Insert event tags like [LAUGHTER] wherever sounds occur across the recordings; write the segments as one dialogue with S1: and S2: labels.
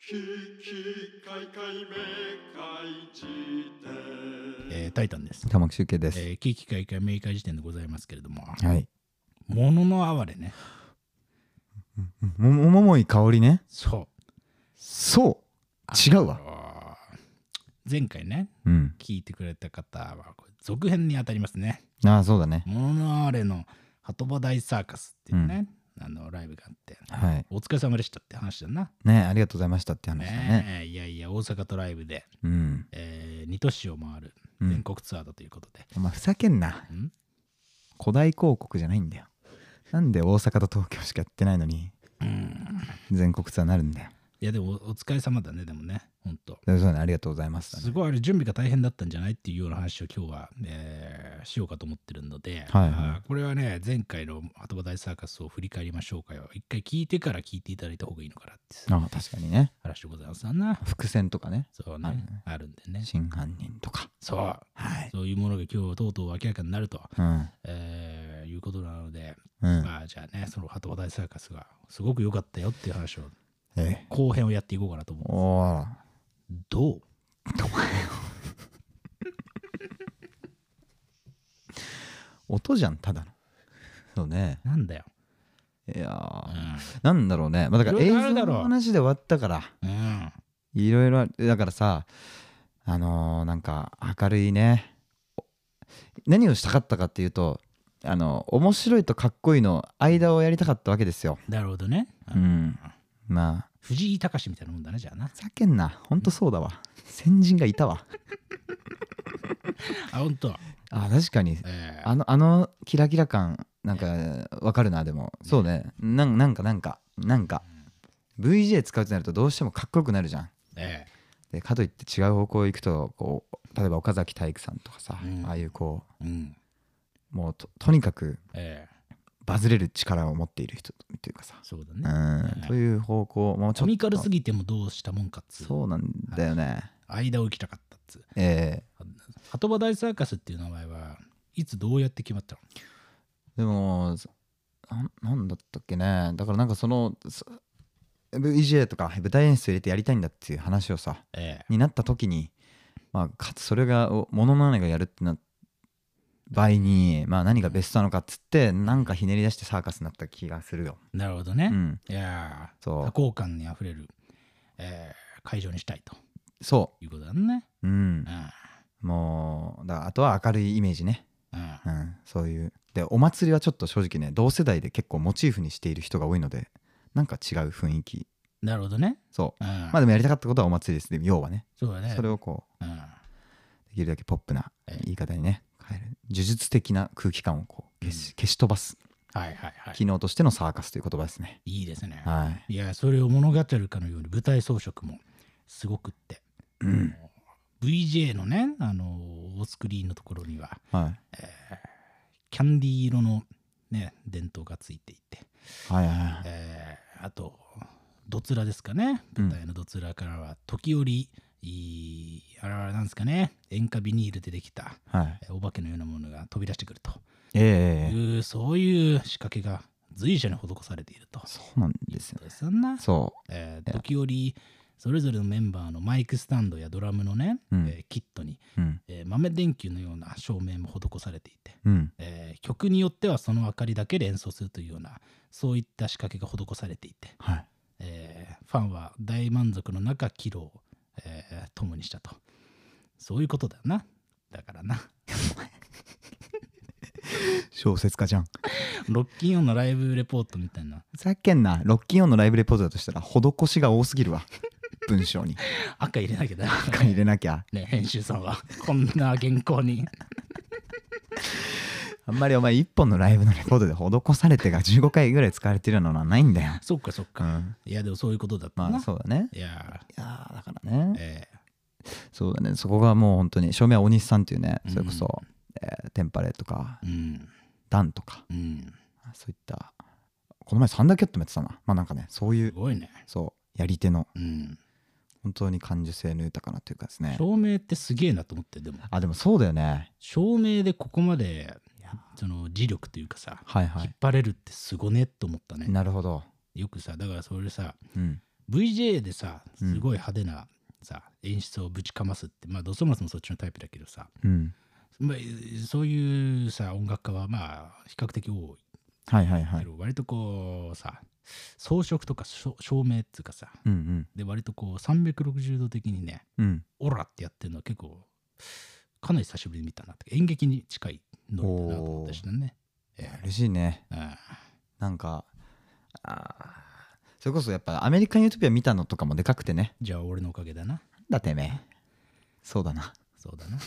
S1: ききかいかいめかいじ典
S2: えータイタンです。
S3: 玉木集計です。
S2: えー、危機開会明快時点でございますけれども、
S3: はい。
S2: ものの哀れね。
S3: ももももい香りね。
S2: そ
S3: そう。違う
S2: う。
S3: わ。
S2: あー前回ね、
S3: うん。
S2: 聞いてくれた方は、これ続編に当たりますね。
S3: ああ、そうだね。
S2: ものの哀れの、ハトバ大サーカスっていうね、あのライブがあって、
S3: はい。
S2: お疲れ様でしたって話だな。
S3: ねありがとうございましたって話だね。
S2: ねえいやいや、大阪とライブで、
S3: うん。
S2: えー、2都市を回る
S3: うん
S2: 全国ツアーだということで、
S3: お前、ふざけんな。
S2: ん
S3: 古代広告じゃないんだよ。なんで大阪と東京しかやってないのに、全国ツアーになるんだよ。
S2: いや、でもおお疲れ様だね、でもね、ほんと。
S3: そうだね、ありがとうございますだ
S2: す
S3: ね。
S2: ごいあれ準備が大変だったんじゃないっていうような話を今日は、えーしようかと思ってるので、
S3: はいはい
S2: あーこれはね前回の「鳩場大サーカス」を振り返りましょうかよ一回聞いてから聞いていただいた方がいいのかなっていう
S3: ああ、確かにね。
S2: 話でございますわな
S3: 伏線とかね。
S2: そう
S3: ある
S2: ね
S3: ね
S2: あるんでね
S3: 真犯人とか。
S2: そう
S3: はい。
S2: そういうものが今日とうとう明らかになると、
S3: うん。
S2: えーいうことなので、
S3: うん。
S2: まあじゃあねその鳩場大サーカスがすごく良かったよっていう話を
S3: ええ。
S2: 後編をやっていこうかなと思う
S3: おーら。
S2: どう
S3: 音じゃん、ただの。そうね。
S2: なんだよ、
S3: いや
S2: う
S3: ー
S2: ん
S3: なんだろうね。まあ、だから
S2: い
S3: 映
S2: ろいろあ
S3: 像
S2: るだろう
S3: の話で終わったから、
S2: うん、
S3: いろいろある、だからさ、あのーなんか明るいね。お何をしたかったかっていうと、あの、面白いとかっこいいの間をやりたかったわけですよ。
S2: なるほどね、
S3: うん。まあ、
S2: 藤井隆みたいなもんだねじゃあな
S3: ふざけんな。ほんとそうだわ。先人がいたわ。
S2: あ本当
S3: あ、確かに。
S2: えー
S3: あの、あのキラキラ感、なんかわかるな、でも。そうね。なんなんかなんか、なんか。VJ 使うとなるとどうしてもかっこよくなるじゃん。
S2: え
S3: でかといって違う方向行くとこう例えば岡崎体育さんとかさ、
S2: うん
S3: ああいうこ
S2: えうん
S3: うもうととにかく
S2: ええ
S3: バズれる力を持っている人というかさ、
S2: そうだ
S3: う
S2: ね、
S3: んという方向もうち
S2: コ
S3: ょっ
S2: ミカル
S3: と
S2: すぎてもどうしたもんかっつう
S3: そうなんだよね、
S2: 間を行きたかったっつう
S3: え
S2: 鳩場大サーカスっていう名前はいつどうやって決まったの
S3: ーでもそなんなんだったっけねだからなんかそのそ VJ とか舞台演出入れてやりたいんだっていう話をさ
S2: え
S3: になった時にまあかつそれがおもののねがやるってな場合にまあ何がベストなのかっつってなんかひねり出してサーカスになった気がするよ。
S2: えなるほど
S3: う
S2: ね、
S3: ん、
S2: いやー
S3: そう
S2: 多幸感にあふれる、ええ会場にしたいと
S3: そ
S2: いうことだね
S3: う、うん
S2: う、ん
S3: もうだからあとは明るいイメージね、
S2: うん
S3: うん、そういうでお祭りはちょっと正直ね同世代で結構モチーフにしている人が多いのでなんか違う雰囲気
S2: なるほどね、
S3: そう
S2: うん
S3: まあでもやりたかったことはお祭りですでも要はね
S2: そうだね
S3: それをこ
S2: うん、
S3: うできるだけポップな
S2: ええ
S3: 言い方にね変える呪術的な空気感をこう消し,、消し飛ばす
S2: はいはいはい
S3: 機能としてのサーカスという言葉ですね
S2: いいですね、
S3: はい
S2: いやそれを物語るかのように舞台装飾もすごくって、VJ のねあの大スクリーンのところには
S3: は
S2: キャンディー色のね伝統がついていて、
S3: いはいはいはい
S2: えーあとどつらですかね舞台のどつらからは時折、いいあらあらなんですかね塩化ビニールでできた
S3: はい
S2: えーお化けのようなものが飛び出してくると
S3: ええええええ
S2: いうそういう仕掛けが随所に施されていると。
S3: そうなんですよね
S2: そんな
S3: そ
S2: えー
S3: いや
S2: 時折それぞれのメンバーのマイクスタンドやドラムのね、
S3: うん
S2: えーキットに、
S3: ううん
S2: えー豆電球のような照明も施されていて、
S3: うん
S2: えー曲によってはその明かりだけで演奏するというようなそういった仕掛けが施されていて、
S3: はい
S2: えーファンは大満足の中帰路を、えー共にしたとそういうことだよなだからな
S3: 小説家じゃん
S2: ロッキンオンのライブレポートみたいな
S3: ふざけんなロッキンオンのライブレポートだとしたら施しが多す
S2: [LAUGHS]
S3: ぎるわ文章に
S2: 赤入れなきゃだよ
S3: 中に入れなきゃ
S2: ね編集さんはこんな原稿に
S3: あんまりお前一本のライブのレポートで施されてが15回ぐらい使われてるようなのはないんだよ
S2: [LAUGHS] そっかそっか、
S3: うん
S2: いやでもそういうことだったな、
S3: まあそうだね
S2: いや
S3: いやーだからね
S2: ええ
S3: そうだねそこがもう本当に照明は大西さんっていうねそれこそ、えーテンパレとか
S2: うん
S3: ダンとか
S2: うん
S3: そういったこの前サンダーキャットもやってたなまあなんかねそうい
S2: す
S3: う
S2: ごいね
S3: そうやり手の
S2: うん
S3: 本当に感受性の豊かなというかですね
S2: 照明ってすげえなと思ってでも
S3: あでもそうだよね
S2: 照明でここまでその磁力というかさ
S3: はいは
S2: 引っ
S3: い
S2: 張れるってすごねと思ったね
S3: なるほど
S2: よくさだからそれさ
S3: うん
S2: VJ でさ
S3: うん
S2: すごい派手なさ、演出をぶちかますってまあドストマスもそっちのタイプだけどさ、
S3: うん
S2: まあ、そういうさ音楽家はまあ比較的多い
S3: はいはいは
S2: け
S3: い
S2: ど、割とこうさ装飾とかしょ照明っていうかさ
S3: うん
S2: で割とこう360度的にね
S3: うんうん
S2: オラってやってるのは結構かなり久しぶりに見たなって演劇に近いのだなと思ったしね。ええ
S3: 嬉しいね
S2: あ
S3: なんかあーそれこそやっぱアメリカン・ユートピア見たのとかもでかくてね
S2: じゃあ俺のおかげだな。
S3: なんだてめえそうだな
S2: そうだな。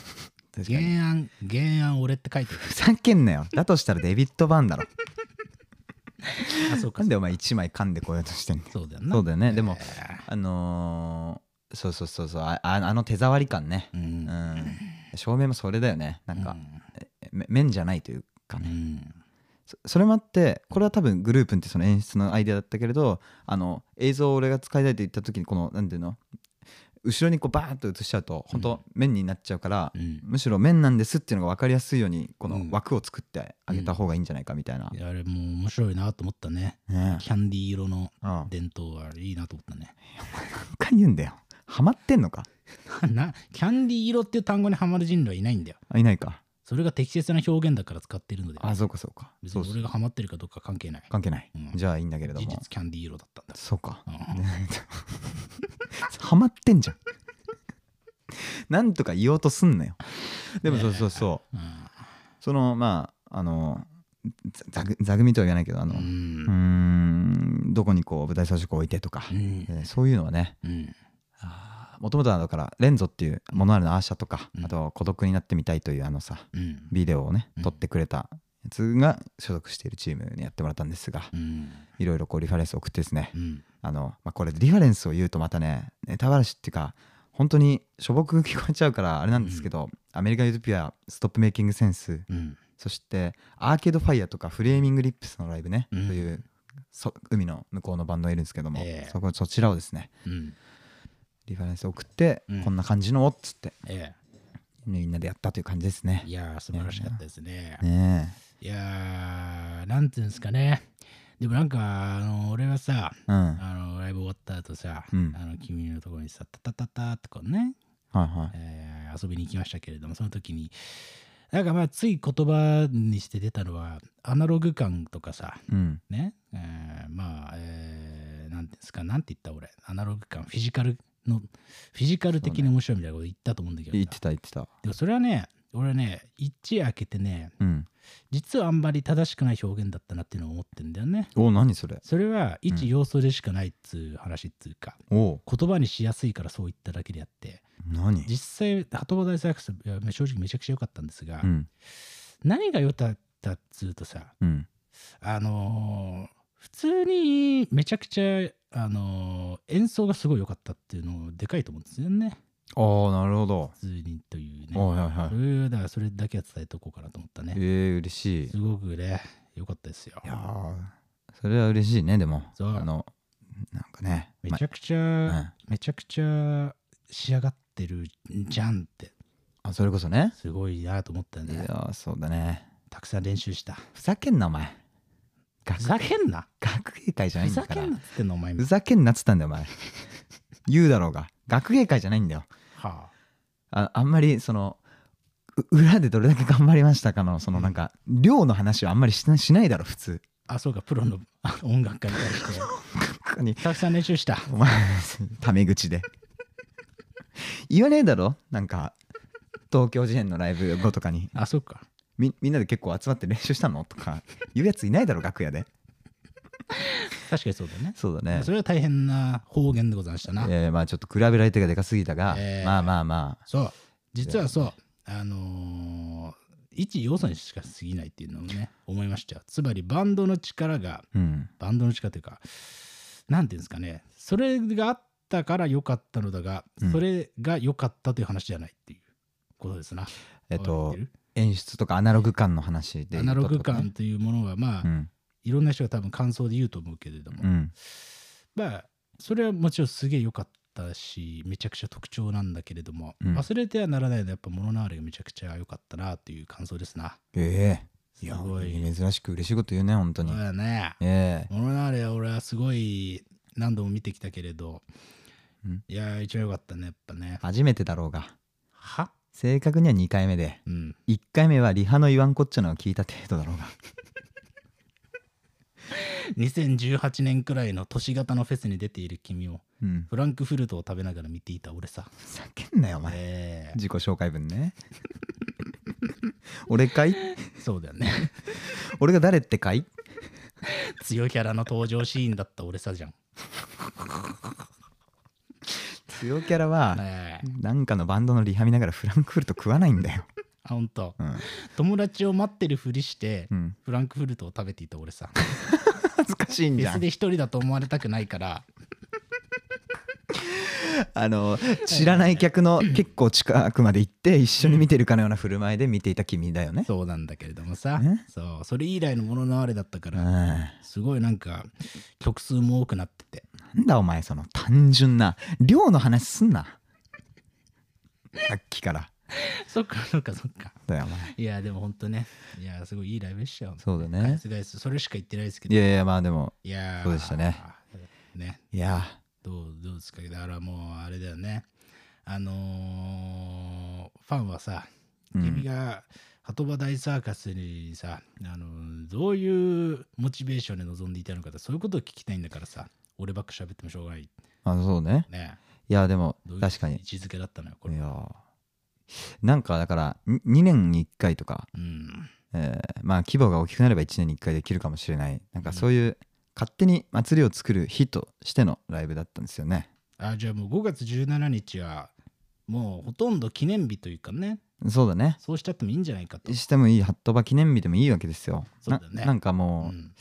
S3: 確か
S2: [LAUGHS] 原
S3: に
S2: 案、原案俺って書いてる。
S3: ふざけんなよだとしたらデビッド・バーンだろ
S2: [LAUGHS] あ、そうか
S3: なん。でお前一枚噛んでこようとしてんの
S2: そうだよな。
S3: そうだよねでも
S2: え
S3: あのーそうそうそうそうあああの手触り感ね
S2: えう。
S3: うんん照明もそれだよねなんか、め面じゃないというか
S2: う
S3: ね
S2: ん。
S3: そそれもあってこれは多分グループンってその演出のアイデアだったけれどあの映像を俺が使いたいって言った時にこのなんていうの後ろにこうバーンと映しちゃうと本当面になっちゃうから、
S2: うん。
S3: むしろ面なんですっていうのが分かりやすいようにこ
S2: う
S3: の
S2: ん
S3: 枠を作ってあげた方がいいんじゃないかみたいな、
S2: いやあれもう面白いなと思ったね。
S3: ねえ
S2: キャンディー色の
S3: うん何
S2: 伝統はいいなと思ったね。
S3: 回言うんだよハマってんのか
S2: [LAUGHS] な、キャンディー色っていう単語にはまる人類はいないんだよ。
S3: あいないか
S2: それが適切な表現だから使っているので、
S3: あそうかそうか
S2: 別
S3: そう
S2: に
S3: そう
S2: 俺がハマってるかどうか関係ない。
S3: 関係ない、
S2: うん
S3: じゃあいいんだけれど
S2: 事
S3: も
S2: 実キャンディー色だったんだ。
S3: そうか [LAUGHS]
S2: うん
S3: ねハマってんじゃんなんとか言おうとすんなよでもそうそうそう
S2: うん
S3: そのまああのざ座組座組とは言わないけどあの
S2: う
S3: うーん
S2: ん。
S3: どこにこう舞台装飾を置いてとか、
S2: うん。
S3: えーそういうのはね
S2: うん。
S3: もともとはだからレンゾっていうモノアルのアーシャとか、
S2: うん
S3: あと孤独になってみたいというあのさ
S2: うん。
S3: ビデオをね
S2: うん
S3: 撮ってくれたやつが所属しているチームにやってもらったんですが
S2: うん。
S3: いろいろこうリファレンスを送ってですね
S2: うん。
S3: あの、まあ、これリファレンスを言うとまたねネタバラシっていうか本当にしょぼく聞こえちゃうからあれなんですけど、アメリカ・ユートピアストップメイキングセンス
S2: うん。
S3: そしてアーケード・ファイヤーとかフレーミング・リップスのライブね、
S2: うん
S3: というそ海の向こうのバンドがいるんですけども、
S2: ええ
S3: そこそちらをですね
S2: うん。
S3: リファレンス送って、
S2: うん
S3: こんな感じのをっつって
S2: え
S3: みんなでやったという感じです
S2: え。
S3: ね
S2: い。やー、素晴らしかったですね。
S3: ね
S2: いやー、なんていうんですかね。でもなんか、あの俺はさ、
S3: えうん、はい
S2: あのライブ終わった後さ、
S3: うん
S2: あの君のところにさ、タタタタってこうね、
S3: はい
S2: えー遊びに行きましたけれども、その時に、なんかまあ、つい言葉にして出たのは、アナログ感とかさ、
S3: うん
S2: ね、えーまあ、えーなんていうんですか、なんて言った俺、アナログ感、フィジカルの、フィジカル的に面白いみたいなこと言ったと思うんだけどさ、
S3: 言ってた言ってた
S2: でもそれはね、俺ね、一夜明けてね、
S3: うん
S2: 実はあんまり正しくない表現だったなっていうのを思ってんだよね。
S3: お何それ
S2: それは一要素でしかないっつう話っつうか、
S3: お
S2: 言葉にしやすいからそう言っただけであって
S3: 何
S2: 実際鳩場大サークスいや正直めちゃくちゃ良かったんですが、
S3: うん
S2: 何が良かったっつうとさ
S3: うん
S2: あのー普通にめちゃくちゃ、あのー演奏がすごい良かったっていうのでかいと思うんですよね
S3: ああなるほど
S2: 普通にというね
S3: はいはいはい
S2: それだからそれだけは伝えとこうかなと思ったね
S3: ええ嬉しい
S2: すごくね良かったですよ
S3: いやーそれは嬉しいねでも
S2: そう
S3: あのなんかね
S2: めちゃくちゃ、
S3: まあ
S2: めちゃくちゃ仕上がってるじゃんって
S3: うんあそれこそね
S2: すごいなと思った
S3: いや
S2: ね
S3: ーそうだね
S2: たくさん練習した
S3: ふざけんなお前
S2: ふ
S3: 学
S2: ざけんな
S3: 学芸会じゃな
S2: ふ
S3: いんだ
S2: ざ
S3: か
S2: け
S3: ら
S2: んなっつってんのお前
S3: ふ
S2: は
S3: ざけんなっつったんだよお前言うだろうが学芸会じゃないんだよ
S2: あ
S3: ああんまりそのう裏でどれだけ頑張りましたかのそのなんか量の話はあんまりしなしないだろ普通
S2: あそうかプロの [LAUGHS] あ音楽家に対して
S3: ここに
S2: たくさん練習した
S3: お前タメ口で言わねえだろなんか東京事変のライブ後とかに
S2: あそうか
S3: みみんなで結構集まって練習したの
S2: [LAUGHS]
S3: とか言うやついないだろ楽屋で
S2: 確かにそうだね
S3: そうだね
S2: それは大変な方言でございましたな、
S3: えーまあちょっと比べられてがでかすぎたが、
S2: えー
S3: まあまあまあ
S2: そう実はそうあのー一要素にしか過ぎないっていうのをね思いましたよつまりバンドの力が
S3: うん
S2: バンドの力というかなんていうんですかねそれがあったから良かったのだが、
S3: うん
S2: それが良かったという話じゃないっていうことですな
S3: えっ
S2: わ
S3: と
S2: かってる
S3: 演出とかアナログ感の話で
S2: アナログ
S3: 言う
S2: 感
S3: こと
S2: いうものはまあ、
S3: とね
S2: いろんな人が多分感想で言うと思うけれども、
S3: うんうん
S2: まあそれはもちろんすげえ良かったしめちゃくちゃ特徴なんだけれども、
S3: うん
S2: 忘れてはならないのはやっぱ物のあれがめちゃくちゃ良かったなという感想ですな。
S3: ええい
S2: すごい
S3: や珍しく嬉しいこと言うね本当
S2: そう
S3: に
S2: だね。
S3: ええ
S2: 物のあれは俺はすごい何度も見てきたけれど、
S3: うん
S2: いやー一番良かったねやっぱね
S3: 初めてだろうが
S2: は
S3: 正確には2回目で
S2: うん
S3: 1回目はリハの言わんこっちゃのを聞いた程度だろうが
S2: 2018年くらいの都市型のフェスに出ている君を
S3: うん
S2: フランクフルトを食べながら見ていた俺さ
S3: ふざけんなよお前
S2: え
S3: 自己紹介文ね [LAUGHS] 俺かい
S2: ーそうだよね [LAUGHS]
S3: 俺が誰ってかい
S2: 強いキャラの登場シーンだった俺さじゃん、
S3: 強キャラは
S2: ええ
S3: なんかのバンドのリハ見ながらフランクフルト食わないん [LAUGHS] だよ
S2: あほんと
S3: うん、
S2: 友達を待ってるふりして、
S3: うん、
S2: フランクフルトを食べていた俺さ
S3: 恥ずかしいん
S2: フ
S3: じ
S2: ェ
S3: ゃ
S2: ス
S3: ん
S2: で一人だと思われたくないから
S3: あの知らない客の結構近くまで行って一緒に見てるかのような振る舞いで見ていた君だよね
S2: そうなんだけれどもさ
S3: ね
S2: そうそれ以来のもののあれだったか
S3: うん
S2: ら
S3: な
S2: すごいなんか曲数も多くなって
S3: [LAUGHS]
S2: て
S3: んだお前その単純な量の話すんなさっきから
S2: そっかそっかそっか
S3: だよお前
S2: いやでもほんとねいやすごいいいライブでしたよ
S3: そうだ
S2: 返
S3: ね
S2: す返すそれしか言ってないですけ
S3: い
S2: ど
S3: やいやまあでも
S2: いやー
S3: そうでしたね
S2: ね
S3: いや
S2: どうどうですかだからもうあれだよねあのーファンはさ
S3: うん
S2: 君が鳩場大サーカスにさ、あのーどういうモチベーションで臨んでいたのかとそういうことを聞きたいんだからさ俺ばっか喋ってもしょうがない
S3: あそうね
S2: ね
S3: いやでも
S2: どういう
S3: 確かに
S2: 位置づけだったのよこ
S3: い
S2: れ
S3: やなんかだから2年に1回とか、
S2: うん
S3: えーまあ規模が大きくなれば1年に1回できるかもしれないなんかそういう勝手に祭りを作る日としてのライブだったんですよね
S2: あじゃあもう5月17日はもうほとんど記念日というかね
S3: そうだね
S2: そうしちゃってもいいんじゃないかと、
S3: してもいいハットバ記念日でもいいわけですよ
S2: そうだね
S3: ななんか
S2: う
S3: もう、
S2: ん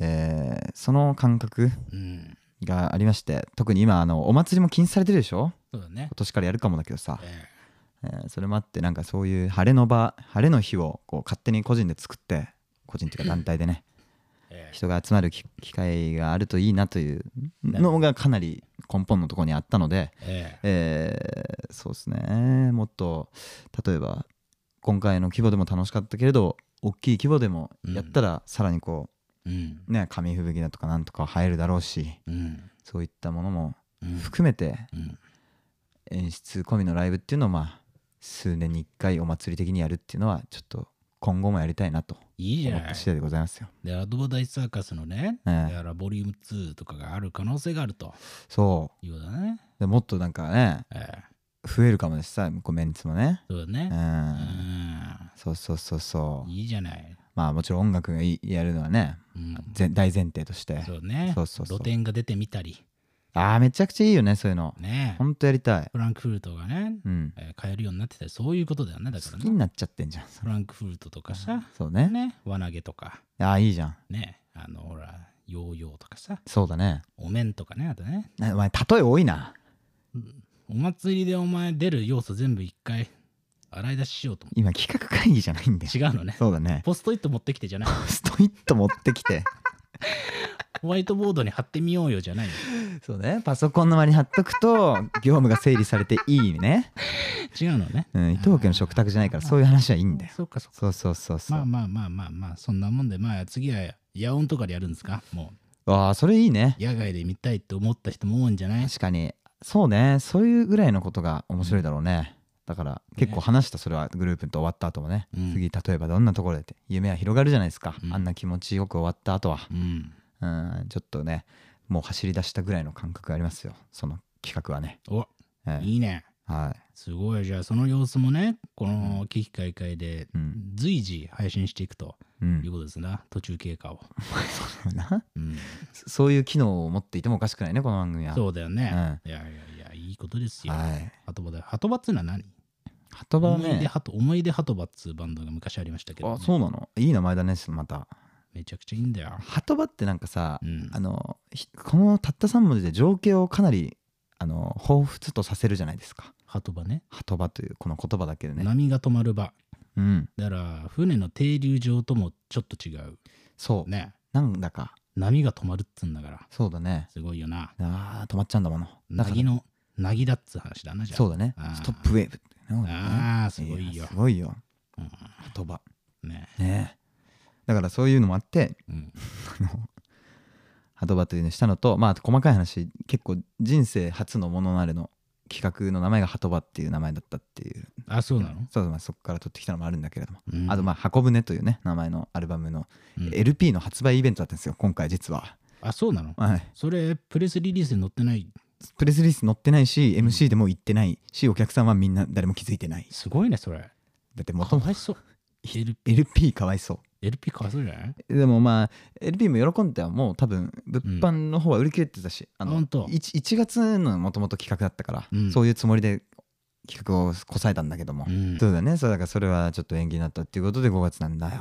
S3: えーその感覚
S2: うん、
S3: がありまして特に今あのお祭りも禁止されてるでしょ
S2: そうだね
S3: 今、年からやるかもだけどさ、
S2: え
S3: えーそれもあってなんかそういう晴れの場晴れの日をこう勝手に個人で作って個人というか団体でね
S2: えええ
S3: 人が集まるき機会があるといいなというのがかなり根本のところにあったので、
S2: ええ
S3: えーそうですねもっと例えば今回の規模でも楽しかったけれど大きい規模でもやったらさらにこ
S2: うん
S3: うね紙吹雪だとかなんとか入るだろうし
S2: うん
S3: そういったものも
S2: うん
S3: 含めて
S2: うん
S3: 演出込みのライブっていうのをまあ数年に1回お祭り的にやるっていうのはちょっと今後もやりたいなと
S2: いいじ
S3: 思
S2: ゃ
S3: っ
S2: な
S3: た
S2: い
S3: 次第でございますよ。
S2: でアドバダイスサーカスのね
S3: え
S2: だ
S3: え
S2: からボリューム2とかがある可能性があると
S3: そ
S2: いうことだね、
S3: うでもっとなんかね
S2: ええ
S3: 増えるかもですさこうメンツもね
S2: そうだ
S3: う
S2: ねうんん
S3: そうそうそうそう
S2: いいじゃない、
S3: まあもちろん音楽がいやるのはね
S2: うん、
S3: ぜ大前提として
S2: そうね
S3: そうそうそ
S2: 露
S3: う
S2: 店が出てみたり
S3: ああめちゃくちゃいいよねそういうの
S2: ね
S3: ほんとやりたい
S2: フランクフルトがね、
S3: うん
S2: えー買えるようになってたりそういうことだよねだか
S3: 好
S2: ら
S3: き
S2: ね
S3: になっちゃってんじゃん
S2: フランクフルトとかさ、
S3: そうね
S2: ね、輪投げとか、
S3: ああいいじゃん
S2: ね、あの、ほら、ヨーヨーとかさ、
S3: そうだね
S2: お面とかね、あとね、
S3: なお前例え多いな
S2: お祭りでお前出る要素全部一回洗い出ししようと思
S3: 今企画会議じゃないんだよ
S2: って。違うのね。
S3: そうだね
S2: ポストイット持ってきてじ
S3: [LAUGHS]
S2: ゃない。
S3: ストイッと持ってき
S2: [LAUGHS]
S3: て
S2: ホワイトボードに貼ってみようよじゃないの。
S3: そうねパソコンの間に貼っとくと業務が整理されていいね、
S2: 違うのね。
S3: うん、伊藤家の食卓じゃないからそういう話はいいんだよ
S2: そっかそっか。
S3: そうそうそうそう
S2: まあまあまあまあまあ、そんなもんで、まあ次は夜音とかでやるんですかも
S3: わあそれいいね
S2: う野外で見たいって思った人も多いんじゃない
S3: 確かにそうねそういうぐらいのことが面白いだろうね、だから結構話したそれはグループと終わった後もね、
S2: うん
S3: 次例えばどんなところでって夢は広がるじゃないですか、
S2: うん
S3: あんな気持ちよく終わった後は
S2: うん。
S3: うんちょっとねもう走り出したぐらいの感覚がありますよその企画はね、
S2: お
S3: ええ
S2: いいね。
S3: はい
S2: すごい。じゃあその様子もね、この危機開会で
S3: うん
S2: 随時配信していくと
S3: うん
S2: いうことですな、途中経過を。
S3: [LAUGHS] な
S2: うん、
S3: そそういう機能を持っていてもおかしくないねこの番組は
S2: そうだよね。いやいやいや、いいことですよ。
S3: はい
S2: ハトバだ。ハトバっつうのは何
S3: ハトバは
S2: 思い出
S3: ね
S2: ハト思い出ハトバっつうバンドが昔ありましたけど、
S3: あそうなのいい名前だねまた
S2: めちゃくちゃいいんだよ。
S3: ハトバってなんかさ、
S2: うん
S3: あのひこのたった3文字で情景をかなりあの彷彿とさせるじゃないですか
S2: ハトバね。
S3: ハトバというこの言葉だけでね
S2: 波が止まる場。
S3: うん
S2: だから、船の停留場ともちょっと違う。
S3: そう、
S2: ね。
S3: なんだか
S2: 波が止まるっつうんだから、
S3: そうだね
S2: すごいよな。
S3: あー止まっちゃうんだものだ
S2: な
S3: から
S2: ぎの、なぎだっつう話だな、じゃあ。
S3: そうだね
S2: あー
S3: ストップウェーブってね
S2: ああ、すごいよ
S3: やす。ごいよ
S2: う
S3: ハトバ
S2: んね。
S3: ねだからそういうのもあって
S2: うん。
S3: あのハドバというのにしたのとまあ細かい話結構人生初のモノマネの企画の名前がハトバっていう名前だったっていう
S2: あそうなの、
S3: そうそうまあそこから取ってきたのもあるんだけれども、
S2: うん
S3: あとまあ箱舟というね名前のアルバムの
S2: うん
S3: LP の発売イベントだったんですよ今回実は、
S2: あそうなの
S3: はい、
S2: それプレスリリースに載ってない
S3: プレスリリース載ってないし MC でも言ってないしお客さんはみんな誰も気づいてない
S2: すごいねそれ
S3: だっても
S2: か
S3: とも
S2: わいそう LP,
S3: LP かわいそ
S2: LP かわいそうじゃないう
S3: でもまあ LP も喜んではもう多分物販の方は売り切れてたし、あ
S2: ほ
S3: の
S2: んと
S3: 1, 月のもともと企画だったから、
S2: うん
S3: そういうつもりで企画をこさえたんだけども、
S2: うん
S3: そうだねそうだからそれはちょっと延期になったっていうことで5月なんだよ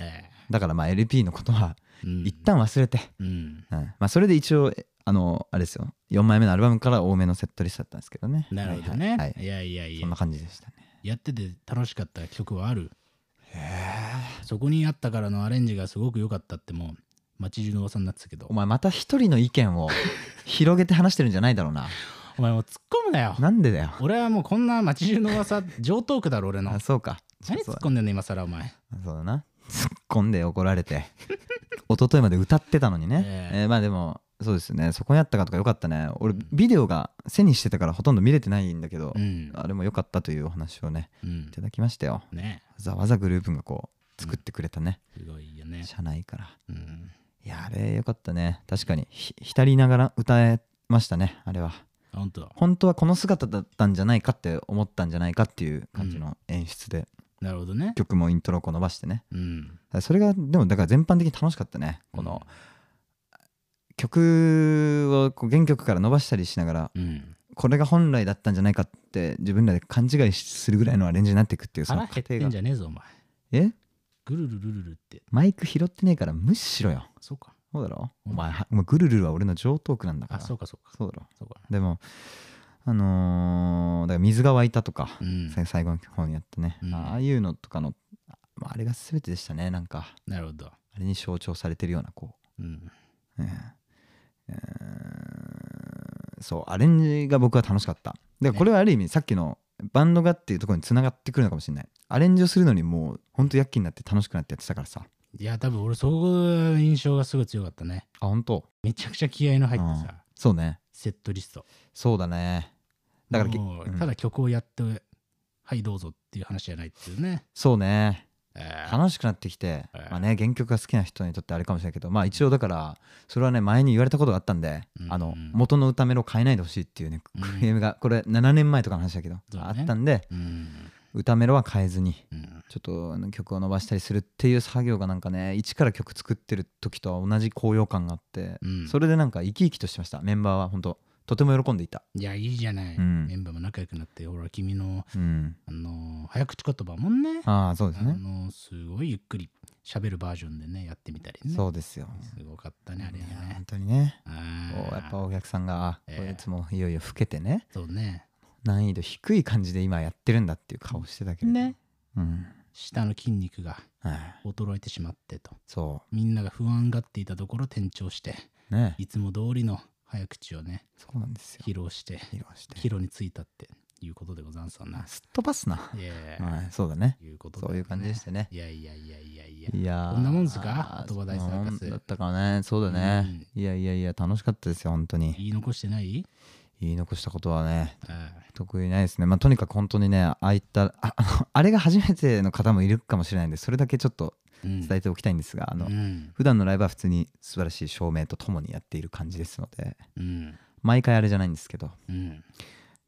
S2: え
S3: だからまあ LP のことは
S2: えうん
S3: 一旦忘れて、
S2: うん
S3: うんまあ、それで一応えあのあれですよ4枚目のアルバムから多めのセットリストだったんですけどね
S2: なるほどね、
S3: はいはい
S2: いやいやい
S3: そん
S2: や
S3: な感じでしたね
S2: やってて楽しかった曲はあるそこにあったからのアレンジがすごく良かったってもう街中の噂になってたけど
S3: お前また一人の意
S2: [LAUGHS]
S3: 見を広げて話してるんじゃないだろうな
S2: お前もう突っ込むなよ
S3: なんでだよ
S2: 俺はもうこんな街中の噂上等句だろ俺の
S3: [LAUGHS] あそうか
S2: 何
S3: そ
S2: 突
S3: う
S2: っ込んでんの今更お前
S3: そうだな突っ込んで怒られて一昨日まで歌ってたのにね、
S2: え
S3: え
S2: え
S3: ーまあでもそうですねそこにあったかとかよかったね俺
S2: うん
S3: ビデオが背にしてたからほとんど見れてないんだけど、
S2: うん
S3: あれもよかったというお話をね
S2: うん
S3: いただきましたよ
S2: ね
S3: わざわざグループがこう作ってくれたね、
S2: すごいよね
S3: 社内から
S2: うん
S3: いやあれよかったね確かにひ浸りながら歌えましたねあれは
S2: 本当
S3: 本当はこの姿だったんじゃないかって思ったんじゃないかっていう感じの演出で、
S2: なるほどね
S3: 曲もイントロをこう伸ばしてね
S2: うん
S3: それがでもだから全般的に楽しかったねこの、曲をこう原曲から伸ばしたりしながら
S2: うん
S3: これが本来だったんじゃないかって自分らで勘違いするぐらいのアレンジになっていくっていうそ
S2: 腹
S3: の
S2: 減
S3: 過
S2: って
S3: 程
S2: ん
S3: が
S2: じゃねえぞお前
S3: え
S2: ぐるるるるるって
S3: マイク拾ってねえから無視しろよ
S2: そうか
S3: そうだろ
S2: う
S3: お
S2: ん
S3: 前はお前ぐるるるは俺の上等句なんだか
S2: あ
S3: ら
S2: そうかそうか
S3: そうだろ
S2: そうか
S3: でもあのーだから水が湧いたとか
S2: う、ん
S3: さ最後の方にやったね、
S2: うん
S3: ああいうのとかのあまああれが全てでしたねなんか
S2: なるほど
S3: あれに象徴されてるようなこ
S2: うん
S3: う、うんえーそうアレンジが僕は楽しかったで
S2: ね
S3: これはある意味さっきのバンドがっていうところにつながってくるのかもしれないアレンジをするのにもうほんと躍起になって楽しくなってやってたからさ
S2: いや多分俺そこの印象がすごい強かったね
S3: あ本当
S2: めちゃくちゃ気合いの入った
S3: うん
S2: さ
S3: そうね
S2: セットリスト
S3: そうだねだからけ
S2: もう
S3: うん
S2: ただ曲をやってはいどうぞっていう話じゃないっていうね
S3: そうね
S2: えー
S3: 楽しくなってきて、
S2: ええ
S3: まあね、原曲が好きな人にとってあれかもしれないけど、まあ、一応だからそれはね前に言われたことがあったんで、
S2: うん
S3: あ
S2: う
S3: の
S2: ん
S3: 元の歌メロ変えないでほしいっていうね
S2: うん
S3: クレームがこれ7年前とかの話だけど、
S2: そう
S3: あ
S2: だね
S3: ったんで
S2: うん
S3: 歌メロは変えずに
S2: うん
S3: ちょっとあの曲を伸ばしたりするっていう作業がなんかね一から曲作ってる時とは同じ高揚感があって、
S2: うん
S3: それでなんか生き生きとしてましたメンバーは本当とても喜んでいた、
S2: いやいいじゃない
S3: うん
S2: メンバーも仲良くなってほら君の
S3: うん、
S2: あのー早口言葉もんね
S3: ああそうです
S2: あの
S3: ね、
S2: ーすごいゆっくり喋るバージョンでねやってみたりね
S3: そうですよ、
S2: すごかったねあれ
S3: いや
S2: ね
S3: 本当にねこ
S2: あ
S3: う
S2: ー
S3: やっぱお客さんがあ
S2: ええ
S3: こいつもいよいよ老けてね
S2: そうね
S3: 難易度低い感じで今やってるんだっていう顔してたけど
S2: ね
S3: うん
S2: 下の筋肉が
S3: はい
S2: 衰えてしまってと
S3: そ
S2: みんなが不安がっていたところ転調して
S3: うね
S2: いつも通りの早口をね
S3: そうなんですよ
S2: 披露して
S3: 披露して
S2: 帰路に着いたっていうことでござんすわな。
S3: すっ飛ばすな、
S2: いやいや
S3: はい、そうだね
S2: いうことだ
S3: そういう感じでしたね
S2: いやいやいやいやいや。
S3: いやー
S2: こんなもんすか言葉大サーカス
S3: そんなもんだったからねそうだね、いやいやいや楽しかったですよ本当に
S2: 言い残してない
S3: 言い残したことはね
S2: あ
S3: 得意ないですねまあとにかく本当にねああいったああのあれが初めての方もいるかもしれないんでそれだけちょっと
S2: あうん
S3: 伝えておきたいんですが、あの
S2: うん
S3: 普段のライブは普通に素晴らしい照明とともにやっている感じですので
S2: うん
S3: 毎回あれじゃないんですけど、ま
S2: うん。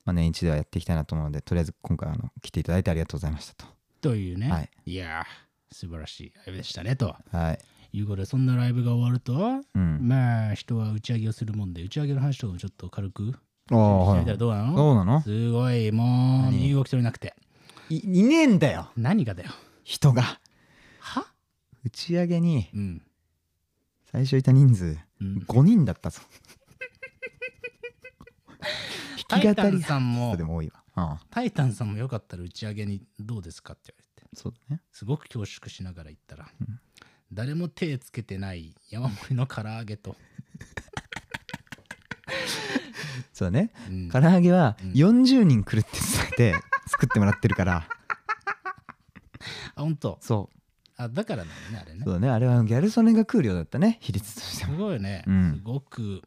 S3: あ、年一ではやっていきたいなと思うのでとりあえず今回あの来ていただいてありがとうございましたと
S2: という
S3: は
S2: ね
S3: い。
S2: いやー、素晴らしいライブでしたねと。
S3: はい、
S2: いうことで、そんなライブが終わると、
S3: うん、
S2: まあ、人は打ち上げをするもんで、打ち上げの話とかもちょっと軽くして
S3: ああは
S2: み
S3: い
S2: たらどうなの
S3: そうなの
S2: すごい、もう、
S3: 何
S2: 身動き取れなくて。
S3: いいねえんだよ
S2: 何がだよ。
S3: 人が
S2: は
S3: 打ち上げに
S2: うん。
S3: 最初いた人数
S2: うん
S3: 5人だった [LAUGHS] ぞ
S2: タ
S3: 弾
S2: イ
S3: き
S2: タ
S3: 語
S2: ン
S3: り
S2: さ
S3: が
S2: んも
S3: で、も多いわああ
S2: タイタンさんもよかったら打ち上げにどうですかって言われて
S3: そうだね
S2: すごく恐縮しながら言ったら、
S3: うん
S2: 誰も手つけてない山盛りの唐揚げと、
S3: そうだね
S2: うん
S3: 唐揚げは
S2: うん
S3: 40人来るって伝えて作ってもらってるから
S2: あ本当
S3: [LAUGHS] そ
S2: ああだからなんだねあれね
S3: そうだねあれはギャル曽根が食う量だったね比率として
S2: す
S3: も
S2: ごいね、
S3: うん
S2: すごく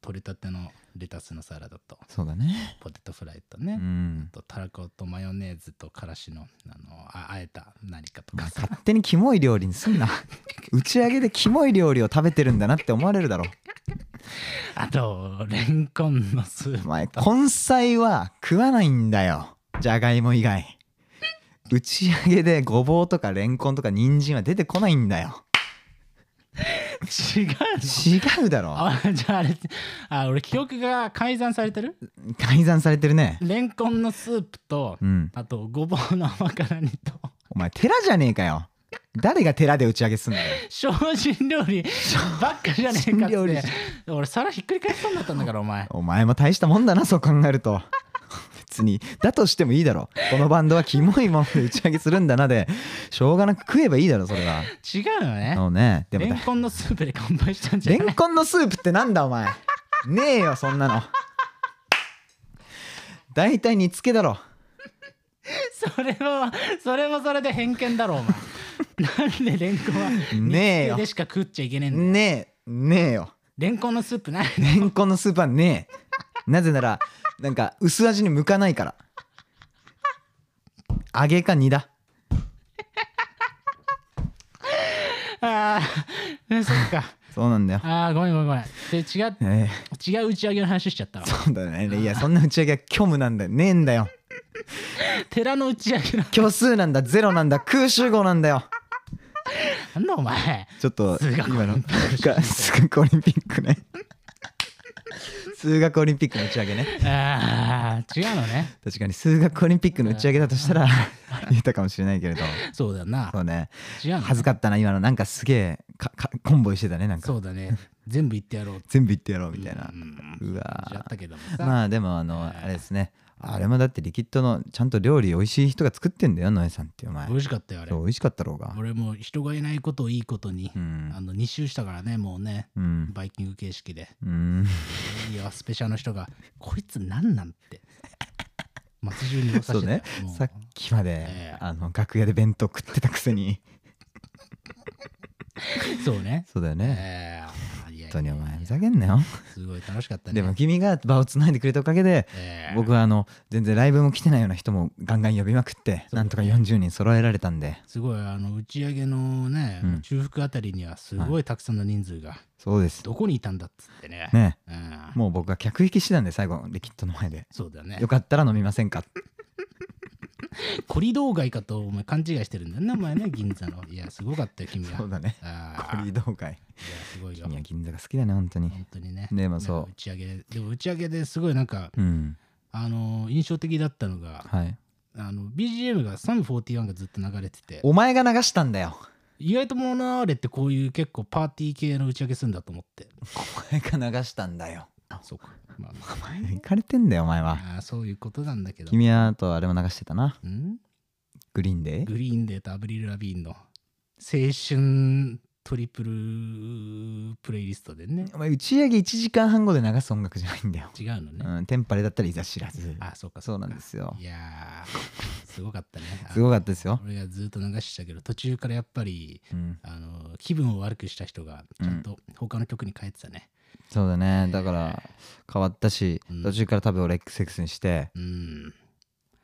S2: 取れたてのレタスのサラダと
S3: そうだね
S2: ポテトフライと
S3: う
S2: ね、
S3: ん
S2: とたらことマヨネーズとからしのあのああえた何かと
S3: まあ
S2: かさ、
S3: 勝手にキモい料理にすんな打ち上げでキモい料理を食べてるんだなって思われるだろ
S2: [LAUGHS] あとレンコンのスー
S3: お
S2: プ
S3: 前根菜は食わないんだよじゃがいも以外打ち上げでごぼうとかレンコンとか人参は出てこないんだよ
S2: 違うの
S3: 違うだろ
S2: あ [LAUGHS] じゃああれあ俺記憶が改ざんされてる
S3: 改ざんされてるね
S2: レンコンのスープと、
S3: うん
S2: あとごぼうの甘辛煮と
S3: お前寺じゃねえかよ誰が寺で打ち上げすんだよ
S2: 精進料理ばっかじゃねえか
S3: 精
S2: っ
S3: 進料理
S2: て俺皿ひっくり返しそうになったんだからお前
S3: お前も大したもんだなそう考えると別にだとしてもいいだろこのバンドはキモいもんで打ち上げするんだなでしょうがなく食えばいいだろそれは
S2: 違うのね
S3: そうねで
S2: レ
S3: も
S2: ン
S3: だ
S2: コンのスープで乾杯したんじゃ
S3: レ
S2: ない
S3: ンコンのスープってなんだお前ねえよそんなの大体煮つけだろ
S2: それはそれもそれで偏見だろお前なんでレンコンは
S3: ねえ
S2: 煮つけ
S3: よ
S2: でしか食っちゃいけねえんだよ
S3: ねえねえよ
S2: レンコンのスープない
S3: レンコンのスープはねえなぜならなんか薄味に向かないから揚げか煮だ [LAUGHS]
S2: ああ [LAUGHS] そっか
S3: そうなんだよ
S2: ああごめんごめんごめんで違う
S3: ええ
S2: 違う打ち上げの話しちゃったわ
S3: そうだねいやそんな打ち上げは虚無なんだよねえんだよ
S2: 寺の打ち上げ
S3: [LAUGHS]
S2: の
S3: 虚数なんだゼロなんだ空集合なんだよ
S2: なんだお前
S3: ちょっと
S2: 数学
S3: 今の
S2: [LAUGHS] オリンピック
S3: が数学オリンピックね数学オリンピックの打ち上げね
S2: ああ違うのね
S3: 確かに数学オリンピックの打ち上げだ
S2: [LAUGHS]
S3: としたら言えたかもしれないけれど
S2: そうだな
S3: そうね
S2: 違うのね
S3: 恥ずかったな今のなんかすげえかかコンボイしてたねなんか
S2: そうだね全部言ってやろう
S3: 全部言ってやろうみたいな
S2: うん
S3: う
S2: やっ
S3: わ
S2: たけどもさ、
S3: [LAUGHS] まあでもあのあれですねあれもだってリキッドのちゃんと料理美味しい人が作ってんだよノエさんってお前
S2: 美味しかったよあれ
S3: そう美味しかったろうが
S2: 俺も人がいないことをいいことに、
S3: うん
S2: あの2周したからねもうね
S3: うん
S2: バイキング形式で
S3: うん
S2: いやスペシャルの人が「こいつなんなん?」って
S3: [LAUGHS]
S2: 街中に噂して
S3: そうね
S2: たよもう
S3: さっきまで、
S2: ええ
S3: あの楽屋で弁当食ってたくせに
S2: そうね
S3: そうだよね、
S2: えーいやいやいや
S3: 本当にお前ふざけんなよ
S2: すごい楽しかったね
S3: でも君が場をつないでくれたおかげで
S2: えー
S3: 僕はあの全然ライブも来てないような人もガンガン呼びまくってなんとか40人揃えられたんです
S2: ごいあの打ち上げのね、
S3: うん
S2: 中腹あたりにはすごいたくさんの人数が
S3: そうです
S2: どこにいたんだっつってね
S3: ね
S2: うん、
S3: もう僕が客引きしてたんで最後リキッドの前で
S2: そうだね
S3: よかったら飲みませんか
S2: コリドー街かとお前勘違いしてるんだよねお前
S3: [LAUGHS]
S2: ね銀座のいやすごかったよ君は
S3: そうだね
S2: あ
S3: コ
S2: ー
S3: リー道会
S2: いやすごいよ
S3: 君は銀座が好きだね本当に
S2: 本当にね
S3: ねまあそう
S2: なんか打ち上げででも打ち上げですごいなんか、
S3: うん
S2: あのー印象的だったのが
S3: はい
S2: あの BGM がサム41がずっと流れてて
S3: お前が流したんだよ
S2: 意外とモノアーレってこういう結構パーティー系の打ち上げするんだと思って
S3: お前が流したんだよ
S2: そうか、まあ
S3: [LAUGHS] お前行かれてんだよお前は
S2: あーそういうことなんだけど
S3: 君はあとあれも流してたなんグリーンデー
S2: グリーンデーとアブリル・ラビーンの青春トリプルプレイリストでね
S3: お前打ち上げ1時間半後で流す音楽じゃないんだよ、
S2: 違うのね、
S3: うん、テンパレだったらいざ知らず
S2: あそうか
S3: そうなん
S2: か
S3: ですよ
S2: いやーすごか
S3: [LAUGHS]
S2: ったね
S3: すごかったですよ、
S2: 俺がずっと流してたけど途中からやっぱり
S3: うん、
S2: あの気分を悪くした人がちゃんと他の曲に変えてたね
S3: そうだねだから変わったし
S2: うん
S3: 途中から多分俺 XX にして
S2: うん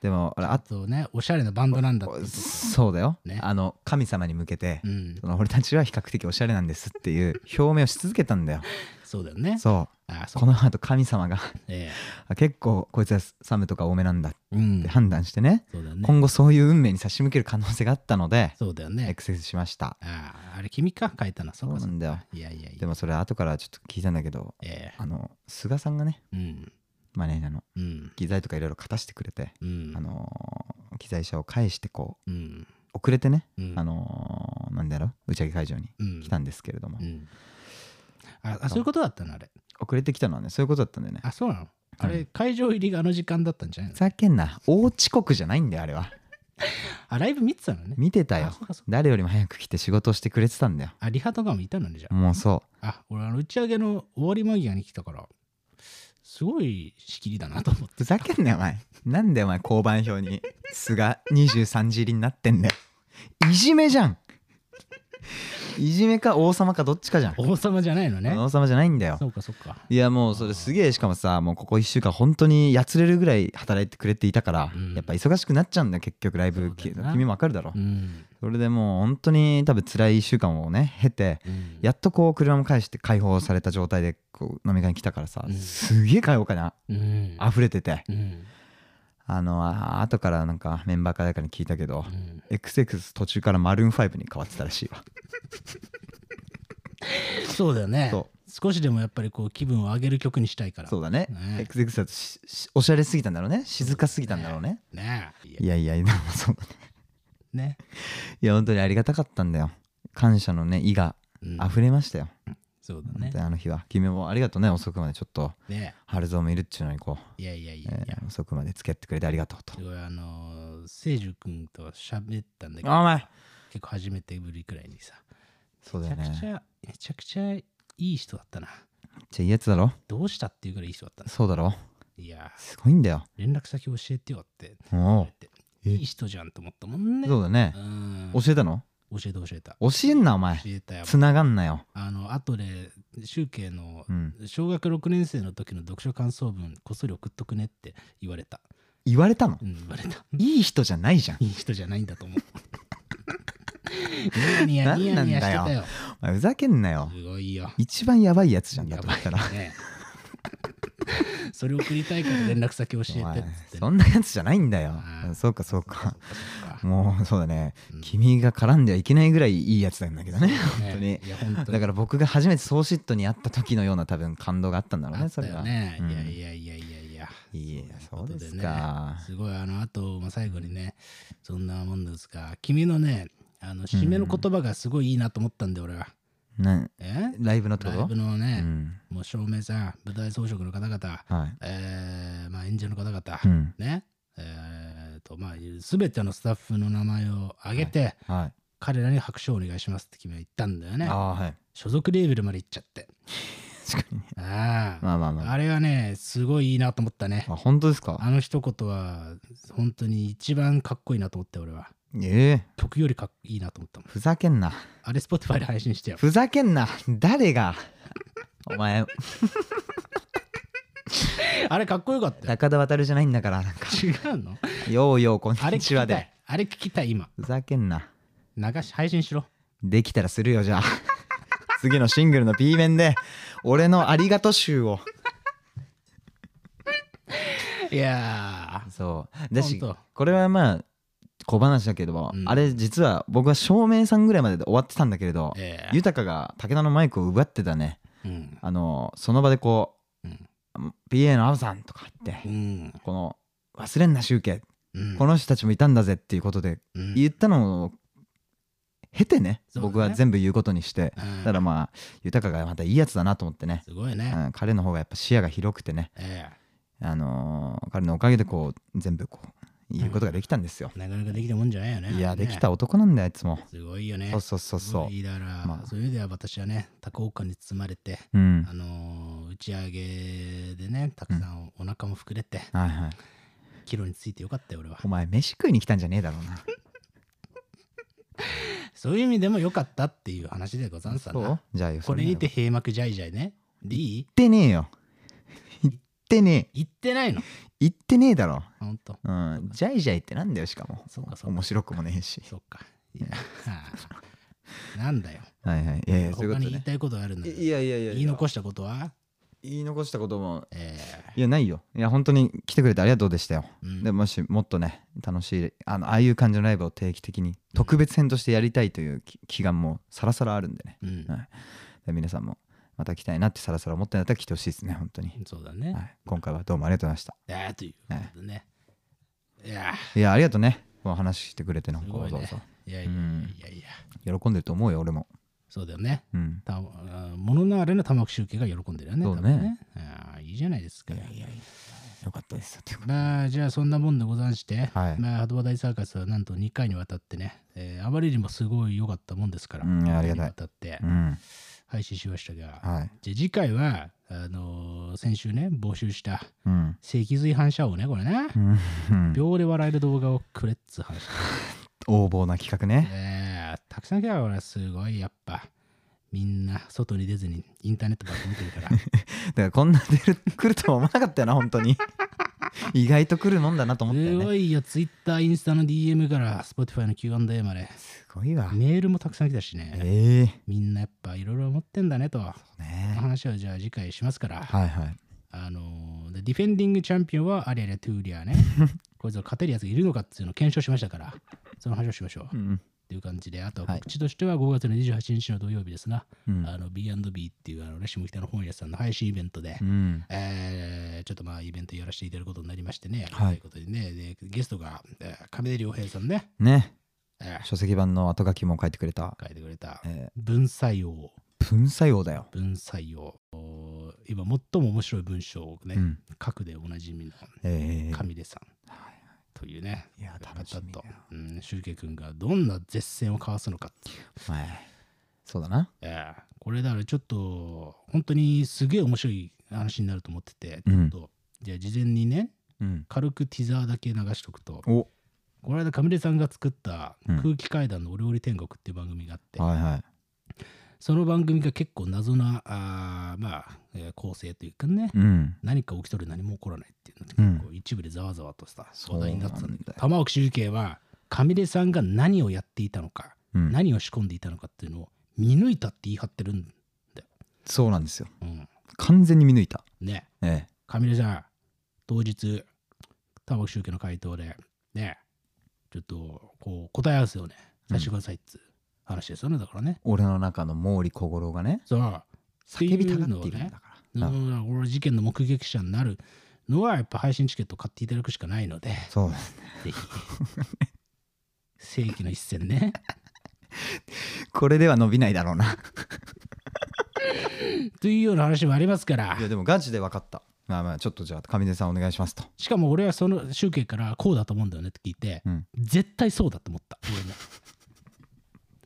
S3: でも俺
S2: あ
S3: あ
S2: とねおしゃれなバンドなんだってこと
S3: そうだよ、
S2: ね
S3: あの神様に向けて、
S2: うん
S3: その俺たちは比較的おしゃれなんですっていう表明をし続けたんだよ
S2: そうだよね
S3: そ
S2: あ
S3: う
S2: そ
S3: こ
S2: う
S3: の後神様が
S2: え
S3: あ結構こいつはサムとか多めなんだっ
S2: えうん
S3: て判断してね、
S2: そうだよね
S3: 今後そういう運命に差し向ける可能性があったので
S2: そうだよね
S3: XX しました
S2: ああれ君か変えたのそ
S3: そうう
S2: か
S3: な
S2: そうん
S3: だよ
S2: かいやいやい
S3: で
S2: や
S3: もそれ後からちょっと聞いたんだけど
S2: え
S3: あの菅さんがね
S2: えうん
S3: マネージャーの
S2: うん
S3: 機材とかいろいろ勝たしてくれて、
S2: うん
S3: あのー機材車を返してこ
S2: うん
S3: う遅れてね、
S2: うん
S3: あのーなんだろう打ち上げ会場に
S2: うん
S3: 来たんですけれども、
S2: うんああそういうことだったのあれ
S3: 遅れてきたのはねそういうことだったんだよね
S2: あそうなのあれ会場入りがあの時間だったんじゃない
S3: ふ
S2: の
S3: ざけんな大遅刻じゃないんだよあれは
S2: あライブ見てたのね
S3: 見てたよ
S2: あそうかそうか
S3: 誰よりも早く来て仕事をしてくれてたんだよ
S2: あリハとかもいたのねじゃあ
S3: もうそ
S2: あ俺あの打ち上げの終わり間際に来たからすごい仕切りだなと思っ
S3: うふざけんなよお前なんでお前交番表に「菅23時入りになってんだよいじめじゃんいじめか王様かどっちかじゃん、
S2: 王様じゃないのね
S3: 王様じゃないんだよ
S2: そうかそうか
S3: いやもうそれすげえしかもさもうここ1週間本当にやつれるぐらい働いてくれていたから、
S2: うん
S3: やっぱ忙しくなっちゃうんだよ結局ライブ、
S2: そうだよな
S3: 君もわかるだろ、
S2: うん、
S3: それでもう本当に多分辛い1週間をね経て
S2: うん、
S3: やっとこう車も返して解放された状態でこう飲み会に来たからさ、
S2: うん
S3: すげえ解放感な
S2: うん
S3: 溢れてて
S2: うん
S3: あのあ後からなんかメンバーか誰かに聞いたけど、
S2: うん
S3: XX 途中からマルーン5に変わってたらしいわ
S2: そうだよね
S3: そ
S2: 少しでもやっぱりこう気分を上げる曲にしたいから
S3: そうだね
S2: ね
S3: XX だとししおしゃれすぎたんだろうね静かすぎたんだろうね
S2: ねいや
S3: いやいやでもそうだね
S2: ね、
S3: いや本当にありがたかったんだよ感謝のね意が
S2: うん
S3: 溢れましたよ、
S2: そうだ
S3: 本
S2: ね
S3: 当にあの日は君もありがとうね遅くまでちょっと
S2: ね
S3: 春蔵もいるっちゅうのにこ、
S2: いやいやいうやい
S3: え
S2: や、
S3: ー遅くまで付き合ってくれてありがとうと
S2: すごいあのー、聖樹君と喋ったんだけど
S3: お前
S2: 結構初めてぶりくらいにさ
S3: そうだ
S2: めち
S3: よ
S2: ゃくち
S3: ね
S2: ゃ、めちゃくちゃいい人だったな
S3: じゃあいいやつだろ
S2: どうしたっていうぐらいいい人だったんです
S3: そうだろ
S2: いや
S3: すごいんだよ
S2: 連絡先教えてよって
S3: お
S2: 言わ
S3: お
S2: れていい人じゃんと思ったもんね
S3: そうだね
S2: うん
S3: 教えたの
S2: 教えて教えた
S3: 教えんなお前
S2: 教えたよ
S3: 繋がんなよ
S2: あの後で集計の
S3: うん
S2: 小学6年生の時の読書感想文こっそり送っとくねって言われた、
S3: 言われたの
S2: うん、言われた [LAUGHS]
S3: いい人じゃないじゃん
S2: いい人じゃないんだと思うニヤニヤニヤニヤしてた
S3: なんなん
S2: よ
S3: お前ふざけんなよ
S2: すごいよ
S3: 一番やばいやつじゃんだ
S2: や [LAUGHS]
S3: と
S2: ば
S3: 思ったら
S2: いねそれ送りたいから連絡先教えてっつ
S3: お前
S2: って
S3: そんなやつじゃないんだよ
S2: うん
S3: そうかそうか
S2: そっか
S3: もうそうだね、
S2: うん
S3: 君が絡んではいけないぐらいいいやつなんだけどね本当に
S2: いや本当に
S3: だから僕が初めてソーシットに会った時のような多分感動があったんだろう
S2: あ
S3: ね
S2: っ
S3: そ
S2: た
S3: れ
S2: よ
S3: は
S2: ね、
S3: うん
S2: いやいやいやいやいや
S3: いや
S2: い
S3: そう
S2: こと
S3: ですか
S2: ね、すごいあのあと、まあ、最後にねそんなもんですが君のねあの締めの言葉がすごいいいなと思ったんで俺は、
S3: な
S2: え
S3: ライブのってこ
S2: ラ
S3: と
S2: イブの
S3: う
S2: ね、
S3: ん
S2: もう照明さん舞台装飾の方々、
S3: はい
S2: えーまあ、演者の方々、
S3: うん
S2: ねえーとまあ全てのスタッフの名前を挙げて、
S3: はい
S2: 彼らに拍手をお願いしますって君は言ったんだよね
S3: ああはい
S2: 所属レーベルまで行っちゃって
S3: 確かにね
S2: ああ、
S3: まあまあまあ
S2: あれはねすごいいいなと思ったね
S3: あ本当ですか
S2: あの一言は本当に一番かっこいいなと思って俺は
S3: ええ
S2: 曲よりかっこいいなと思ったもん
S3: ふざけんな
S2: あれ Spotify で配信してよ [LAUGHS]
S3: ふざけんな誰がお前
S2: あれかっこよかったよ
S3: 高田渡じゃないんだからな
S2: [LAUGHS]
S3: んか
S2: 違うの
S3: ようようこん
S2: あれ
S3: に
S2: 聞き
S3: ち
S2: た
S3: はで
S2: いあれ聞きたい今
S3: ふざけんな
S2: 流し配信しろ
S3: できたらするよじゃあ [LAUGHS] 次のシングルの B 面で俺のありがと集を
S2: いや
S3: そうだし
S2: ほんと
S3: これはまあ小話だけど、
S2: うん
S3: あれ実は僕は照明さんぐらいまでで終わってたんだけれど
S2: ー、ええ
S3: 豊が武田のマイクを奪ってたね
S2: うん
S3: あのその場でこう
S2: うん
S3: 「PA のアブさん」とかって、
S2: うん
S3: この「忘れんな集計、
S2: うん
S3: この人たちもいたんだぜ」っていうことで
S2: うん
S3: 言ったのを経てね
S2: そうだね
S3: 僕は全部言うことにして
S2: うん
S3: だからまあ豊がまたいいやつだなと思ってね、
S2: すごいうね
S3: ん、彼の方がやっぱ視野が広くてね、
S2: え
S3: あのー彼のおかげでこう全部こう言うことができたんですよ、
S2: えなかなかできたもんじゃないよね
S3: いや
S2: ね
S3: できた男なんだよあいつも、
S2: すごいよね
S3: そうそうそう
S2: すご
S3: そ
S2: いだから、
S3: まあ
S2: そういう意味では私はね多幸感に包まれて
S3: ううん
S2: あのー打ち上げでねたくさんお腹も膨れて、
S3: はいはい
S2: キロについてよかったよ俺は
S3: お前飯食いに来たんじゃねえだろうな
S2: そういう意味でもよかったっていう話でござんすわ
S3: そ
S2: な
S3: うじゃあよ
S2: これにて
S3: 言っ
S2: 閉幕じゃいじゃいねでいい
S3: てねえよ言ってねえ
S2: 言ってないの
S3: 言ってねえだろ
S2: ほんと
S3: うんジャイジャイってなんだよしかも
S2: そうかそうか
S3: 面白くもねえし
S2: そっかいやなんだよ
S3: はいはいいやいやそういう
S2: 他
S3: こ
S2: に言
S3: と
S2: い
S3: ね
S2: たいことがあるんだけど
S3: いやいやいや
S2: 言い残したことは
S3: 言い残したことも
S2: え
S3: いやないよいや本当に来てくれてありがとうでしたよ
S2: ーうん
S3: でもしもっとね楽しいあのああいう感じのライブを定期的に特別編としてやりたいという気気がもうさらさらあるんでね
S2: うん
S3: はいで皆さんもまた来たいなってさらさら思ってんだったら来てほしいですね本当に、
S2: そうだね、
S3: はい、今回はどうもありがとうございました
S2: えーということでね、いや
S3: いやありがとうねこの話してくれてなん
S2: す
S3: か
S2: ご
S3: わ
S2: い
S3: ざわ
S2: ね
S3: ざ
S2: いやいやいやいや、
S3: 喜んでると思うよ俺も
S2: そうだよね
S3: うん
S2: たあもののあれの玉木周慶が喜んでるよね。
S3: そうね
S2: 多分ああいいじゃないですか。
S3: よかったですよということで
S2: まあじゃあそんなもんでござんして、
S3: はい
S2: まあ、ハトバ大サーカスはなんと2回にわたってね、えーあまりにもすごい良かったもんですから、
S3: うんありがたい
S2: わたって
S3: うん
S2: 配信しましたが、
S3: はい
S2: じゃあ次回はあのー先週ね募集した
S3: うん
S2: 脊髄反射をねこれね、
S3: うんうん
S2: 秒で笑える動画をくれっつう話、
S3: 横暴な企画ね
S2: [LAUGHS] えーたくさん来たからすごいやっぱみんな外に出ずにインターネットばっか見てるから
S3: だからこんな出る来るとは思わなかったよな本当に意外と来るもんだな [LAUGHS] と思った
S2: す
S3: よ
S2: ご
S3: ね
S2: いよ Twitter インスタの DM から Spotify の Q&A まです
S3: ごいわ
S2: メールもたくさん来たしね、
S3: ええ
S2: みんなやっぱいろいろ思ってんだねとこの
S3: ね
S2: 話をじゃあ次回しますから、
S3: はいはい
S2: あのーでディフェンディングチャンピオンはアリアリア・トゥーリ
S3: [LAUGHS]
S2: アねこいつは勝てるやつがいるのかっていうのを検証しましたからその話をしましょう、
S3: う
S2: っ
S3: ん
S2: ていう感じであと
S3: はい
S2: 告知としては5月の28日の土曜日ですが、
S3: うん
S2: あの B&B っていうあの、ね、下北の本屋さんの配信イベントで、
S3: うん
S2: えーちょっとまあイベントやらせていただくことになりましてね、
S3: は
S2: と
S3: い
S2: いうことでねでゲストが、えー亀田良平さんね、
S3: ね
S2: えー
S3: 書籍版の後書きも書いてくれた
S2: 書いてくれた
S3: え
S2: 文才王
S3: ー文才王だよ
S2: 文才王おー今最も面白い文章をね、
S3: うん
S2: 書くでおなじみの
S3: ええ
S2: 神出さん
S3: はい
S2: というね、
S3: いや楽しみだ
S2: と
S3: よ、
S2: うん、シュウケ君がどんな絶戦を交わすのかっていう、
S3: はいそうだな
S2: ええこれだからちょっと本当にすげえ面白い話になると思ってて、
S3: うん
S2: ちょっとじゃあ事前にね
S3: うん
S2: 軽くティザーだけ流しとくと
S3: お
S2: この間カミレさんが作った
S3: う
S2: 「
S3: ん
S2: 空気階段のお料理天国」っていう番組があって、
S3: はいはい
S2: その番組が結構謎なあーまあ、えー構成というかね、
S3: うん
S2: 何か起きとる何も起こらないっていうのって
S3: うん
S2: 結構一部でざわざわとさ、
S3: そう
S2: 話
S3: なんだ
S2: 題に
S3: よ
S2: なってたんだけど玉置周慶はカミレさんが何をやっていたのか、
S3: うん
S2: 何を仕込んでいたのかっていうのを見抜いたって言い張ってるんだよ。
S3: そうなんですよ
S2: うん、
S3: 完全に見抜いた
S2: ね
S3: え
S2: カミレさん当日玉置周慶の回答でねちょっとこう答え合わせをねさせてくださいっつう話ですよね、だからね。
S3: え俺の中の毛利小五郎がね
S2: そう
S3: 叫びたがっているんだからな
S2: うん俺事件の目撃者になるのはやっぱ配信チケット買っていただくしかないので。
S3: そう
S2: ぜひ。世紀の一戦ね。
S3: これでは伸びないだろうな
S2: というような話もありますから
S3: いや。でもガチで分かったまあまあちょっとじゃあ上出さんお願いしますと
S2: しかも俺はその集計からこうだと思うんだよねって聞いて、
S3: うん
S2: 絶対そうだと思った。俺も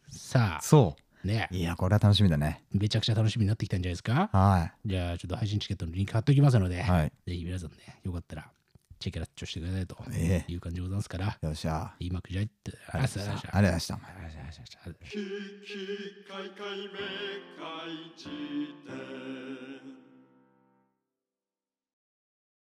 S2: さ
S3: そ
S2: あ、ね
S3: う、いやこれは楽しみだね
S2: めちゃくちゃ楽しみになってきたんじゃないですか。
S3: は
S2: じゃあちょっと配信チケットのリンク貼っておきますので、
S3: いはい
S2: ぜひ皆さんね、よかったらチェックラッチョしてくださいと
S3: ええ
S2: いう感じでございますから、
S3: よっしゃ
S2: 今くじゃいって、
S3: ありがとうございましたありがとうございました
S2: ありがとうございました
S1: キキカイカイめかいじて